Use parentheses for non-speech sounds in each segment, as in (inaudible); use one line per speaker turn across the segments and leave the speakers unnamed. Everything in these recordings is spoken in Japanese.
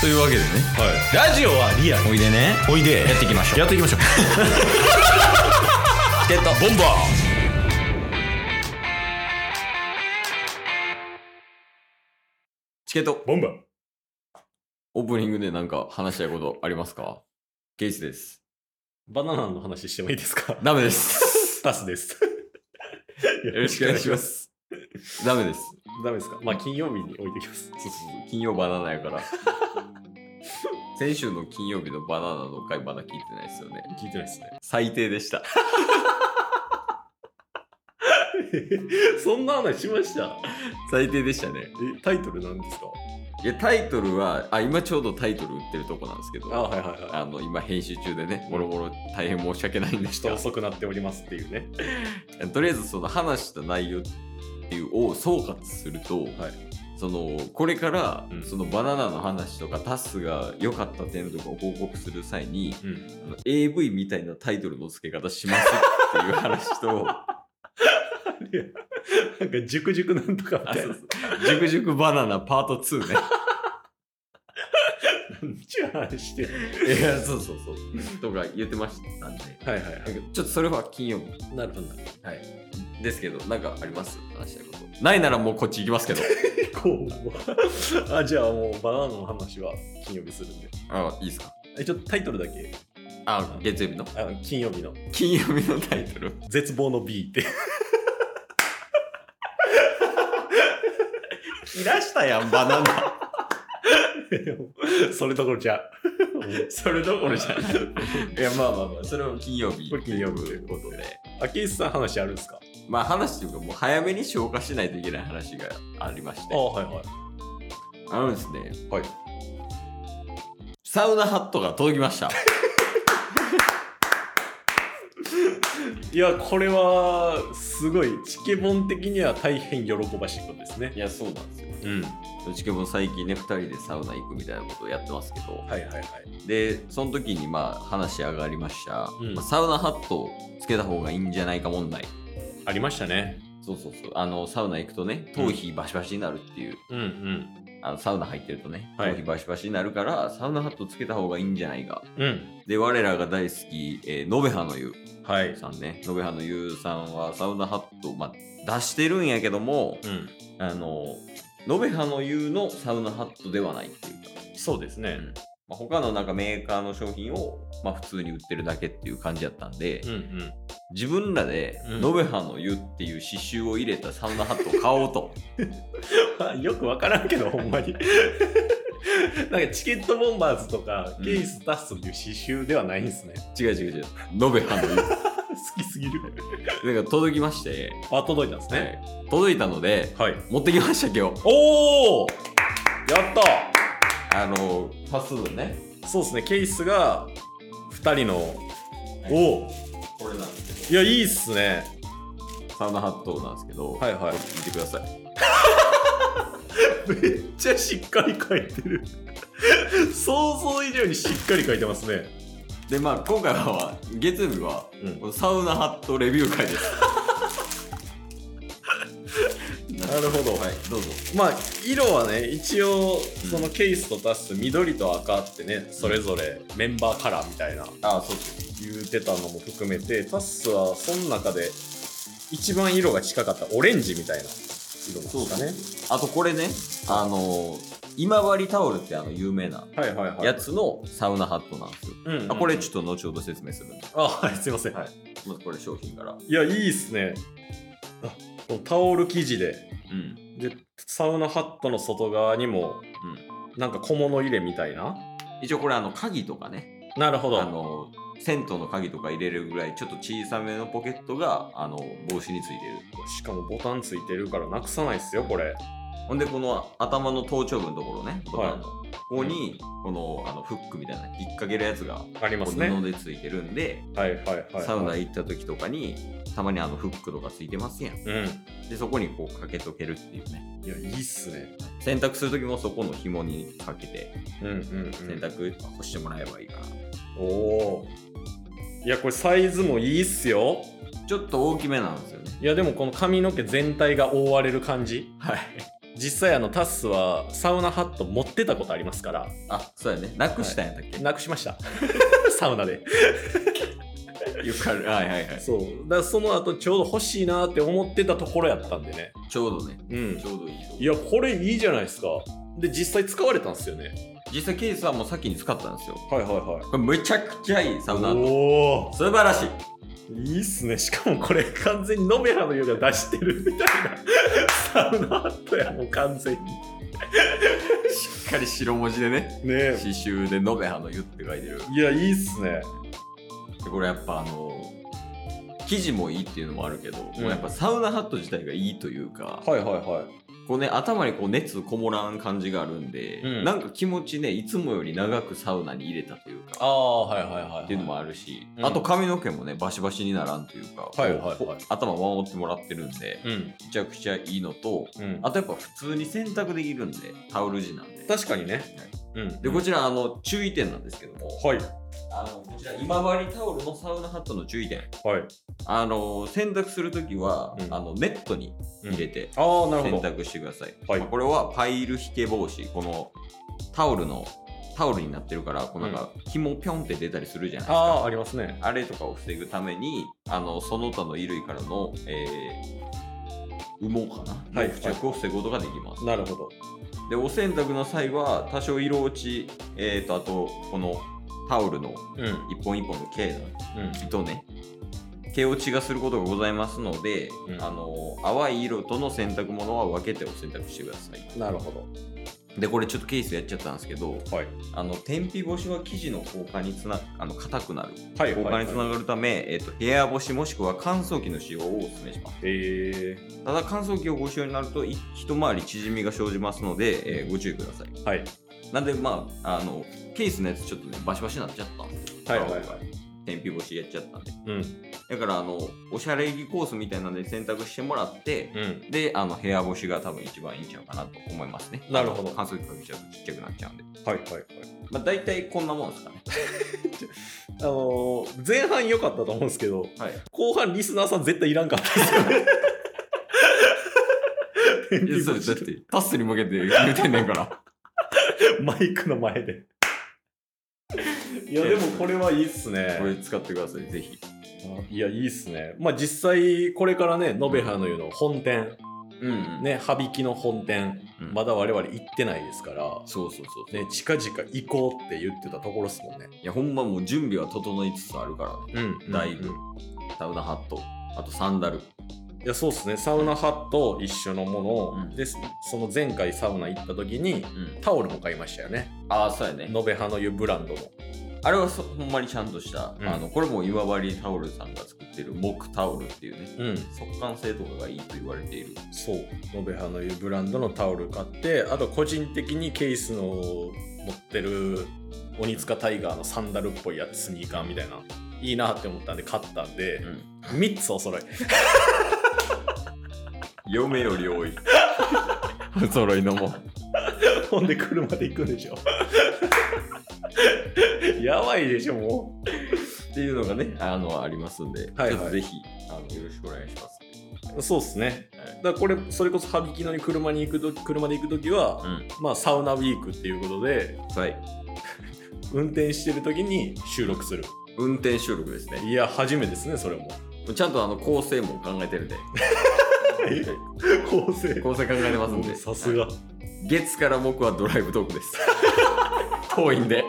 というわけでね
ラジオはリアル
おいでね
おいで
やっていきましょう
やっていきましょう
チケットボンバーチケット
ボンバー
オープニングでなんか話したいことありますかケイチです
バナナの話してもいいですか
ダメです
タスです
(laughs) よろしくお願いします (laughs) ダメです
ダメですかまあ金曜日に置いてきます
そうそうそう金曜バナナやから (laughs) 先週の金曜日のバナナの回まだ聞いてないですよね
聞いてないですね
最低でした
(laughs) そんな話しました
最低でしたね
えタイトルなんですか
いやタイトルはあ今ちょうどタイトル売ってるとこなんですけど
あはいはいは
あの今編集中でねもろもろ大変申し訳ないん
い
で
ち
す
ょっと
が
遅くなっておりますっていうね
とりあえずその話した内容っていうを総括すると、
はい
そのこれから
うん
そのバナナの話とかタスが良かった点とかを報告する際に
うん
あの AV みたいなタイトルの付け方しますっていう話 (laughs) と
なんか熟熟なんとかみ
あ
たい
そ
な
うそうジュクジュクバナナパート2ね
なんちゅう話してる
(laughs) いやそうそうそうとか言ってましたんで
(laughs) はいはい
な
は
んかちょっとそれは金曜日
いなるほど
はい。ですけど、なんかあります話したいこと。ないならもうこっち行きますけど。
こうあじゃあもうバナナの話は金曜日するんで
あ、いいですか
えちょっとタイトルだけ
あ、月曜日の
あ金曜日の
金曜日のタイトル。
「絶望の B」って
切らしたやん、バナナ。
それどころじゃそれどころじゃ
(laughs) いや、まあまあまあ、それも金曜日。
これ金曜日
ということで。
秋石さん話あるんですか
まあ話というか、もう早めに消化しないといけない話がありまして。
はいはい
あのですね、
はい
サウナハットが届きました。
いやこれはすごいチケボン的には大変喜ばしいことですね
いや、そうなんですよ。
うん
どっちかも最近ね、2人でサウナ行くみたいなことをやってますけど、
はいはいはい
でその時にまあ話上がりました、
うん
まあサウナハットをつけた方がいいんじゃないか問題
ありましたね
そうそうそうあのサウナ行くとね頭皮バシバシになるっていう、
うんうん
あのサウナ入ってるとね
はい
頭皮バシバシになるから、サウナハットつけた方がいいんじゃないか
うん
で我らが大好きえー延べ葉の湯
はい
さんね延べ葉の湯さんはサウナハット、まあ、出してるんやけども
うん
あの延べ葉の湯のサウナハットではないっていうか
そうですね
んまあ、他のなんかメーカーの商品を、まあ、普通に売ってるだけっていう感じだったんで、
うんうん
自分らで
うん
ノベハの湯っていう刺繍を入れたサウナハットを買おうと
まあ (laughs) よく分からんけどほんまになんかチケットボンバーズとか、
うん
ケイス・タスという刺繍ではないんですね
違う違う違うノベハの
好きすぎる
湯なんか届きまして、
あ届いたんですね
はい届いたので
はい
持ってきました今日
おおやった
あの多数のね
そうですねケイスが2人の、
い
おお
これなんですけ
いやいいっすね
どサウナハットなんですけど、
はいはい
これ見てください
(laughs) めっちゃしっかり書いてる想像以上にしっかり書いてますね
でまあ今回は月曜日は
うん
このサウナハットレビュー会です
なるほど、
はいどうぞ
まあ色はね一応そのケイスとタス緑と赤ってねそれぞれメンバーカラーみたいな
あそうです
言うてたのも含めてタスはその中で一番色が近かったオレンジみたいな色なんですかね
あとこれね、あの今治タオルってあの有名な
はいはいはい
やつのサウナハットなんですよ。
うんうん
あこれちょっと後ほど説明するんで、
あはいすいません、
はい
い、
まずこれ商品から。
やいいっすねあこのタオル生地で
うん。
でサウナハットの外側にもなんか小物入れみたいな
一応これあの鍵とかね、
なるほど
あの銭湯の鍵とか入れるぐらいちょっと小さめのポケットがあの帽子についてる。
しかもボタンついてるからなくさないっすよこれ
ほんでこの頭の頭頂部のところね、
はい
ここにこのあのフックみたいな引っ掛けるやつが
あり
こ
ま
う
すね
布でついてるんで、
はいはいはい、はい、
サウナ行った時とかにたまにあのフックとかついてますやん。
うん
でそこにこうかけとけるっていうね
いやいいっすね
洗濯する時もそこの紐にかけて
うんうん、う
洗
ん、
濯干してもらえばいいかな、
おおいやこれサイズもいいっすよ
ちょっと大きめなんですよね
いやでもこの髪の毛全体が覆われる感じ
はい
実際あのタッスはサウナハット持ってたことありますから
あそうやねなくしたんやったっけ、
なくしました
(laughs)
サウナで
よくあるはいはいはい
そうだからその後ちょうど欲しいなって思ってたところやったんでね
ちょうどね
うん
ちょうどいい
いやこれいいじゃないですかで実際使われたんですよね
実際ケイさんもう先に使ったんですよ
はいはいはい
これむちゃくちゃいいサウナート
お
素晴らしい
おいいっすねしかもこれ完全にノベラの湯が出してるみたいなサウナハットやもう完全にね
しっかり白文字でね
え
刺繍で「延べ葉の湯」って書いてる
いやいいっすね
でこれやっぱあの生地もいいっていうのもあるけど、
うん
もうやっぱサウナハット自体がいいというか、
はいはいはい
こうね頭にこう熱こもらん感じがあるんで、
うん
なんか気持ちねいつもより長くサウナに入れたというか
ああはいはいはい、
っていうのもあるし、
うん
あと髪の毛もねバシバシにならんというか、
はいはい
こう
はい
頭守ってもらってるんで
うん
めちゃくちゃいいのと
うん
あとやっぱ普通に洗濯できるんでタオル地なんで
確かにねうん
でこちらあの注意点なんですけども
はい
あのこちら今治タオルのサウナハットの注意点
はい
あの洗濯するときは、
うん
あのネットに入れて
ああな
洗
るほど
濯してください、
はい
まあこれはパイル引け防止このタオルのタオルになってるからこうなんか紐ピョンって出たりするじゃないですか、
ああありますね
あれとかを防ぐためにあのその他の衣類からの、えー羽毛かな、
はい
付着を防ぐことができます、
なるほど
でお洗濯の際は多少色落ち、えー、とあとこのタオルの
うんうん
一本一本の毛の糸ね毛落ちがすることがございますので、
うん
あの淡い色との洗濯物は分けてお洗濯してください
なるほど
でこれちょっとケースやっちゃったんですけど
はい
あの天日干しは生地の硬化につなあの硬くなる
はい
硬
は
化
い
につな
は
がるため、えっと部屋干しもしくは乾燥機の使用をお勧めします
いえ
ただ乾燥機をご使用になるとい一回り縮みが生じますので、えーご注意ください
ー、はい
なんでまああのケースのやつちょっとねバシバシになっちゃったんですよ
はいはいはい
天日干しやっちゃったんで
うん
だからあのおしゃれ着コースみたいなので選択してもらって、
うん
であの部屋干しが多分一番いいんちゃうかなと思いますね
なるほど
乾燥機かけちゃうとちっちゃくなっちゃうんで
はいはいはい
まあ大体こんなもんですかね
あのー前半良かったと思うんですけど
はい
後半リスナーさん絶対いらんかったですよ (laughs) ね天
いや
日
そ
(laughs) 干
れ
し
だってタスに向けて言うてんねんから
マイクの前でいやでもこれはいいっすね
(laughs) これ使ってくださいぜひ
いやいいっすねまあ実際これからね延べ葉の湯の本店
うん、うん、
ね羽引きの本店
うん
まだ我々行ってないですから、
そうそうそう、
ね、近々行こうって言ってたところっすもんね。
いやほんまもう準備は整いつつあるからね
うん
だいぶサウナハットあとサンダル
いやそうっすねサウナハット一緒のものを、
うん
でその前回サウナ行った時に
うん
タオルも買いましたよね
ああそうやね
延べ葉の湯ブランドの
あれはそほんまにちゃんとした、
うん
あのこれも今治タオルさんが作ってる木タオルっていうね
うん
速乾性とかがいいと言われている
そう延べ葉の湯ブランドのタオル買ってあと個人的にケースの持ってる鬼塚タイガーのサンダルっぽいやつスニーカーみたいないいなって思ったんで買ったんで、3つお揃い
嫁より多いお (laughs) 揃いのも
ほんで車で行くんでしょ (laughs) やばいでしょも
っていうのがねあのありますんで、
はい
ち
はい
ょっとぜひあのよろしくお願いします
うそうっすね
はい
だからこれそれこそ羽引きのに車に行くと車で行く時は、まあサウナウィークっていうことで
うんはい
運転してる時に収録する
運転収録ですね
いや初めてですねそれも
ちゃんとあの構成も考えて (laughs) るんで
構成
構成考えてますんで
さすが
月から僕はドライブトークです (laughs) 遠いんで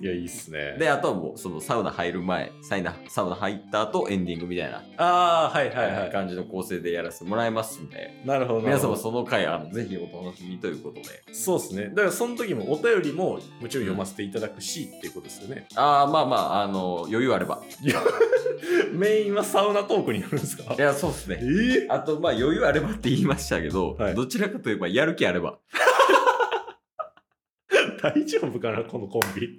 いやいいっすね
であとはもうそのサウナ入る前サイナサウナ入った後エンディングみたいな
ああはいはいはい、
感じの構成でやらせてもらいますんで
なるほどなる
皆
ほど
様その回あのぜひお楽しみということで
そうですねだからその時もお便りももちろん読ませていただくしっていうことですよね
ああまあまああの余裕あれば
いやメインはサウナトークになるんですか
いやそうです
え
ね
ー
あとまあ余裕あればって言いましたけど、
はい
どちらかといえばやる気あれば
大丈夫かなこのコンビ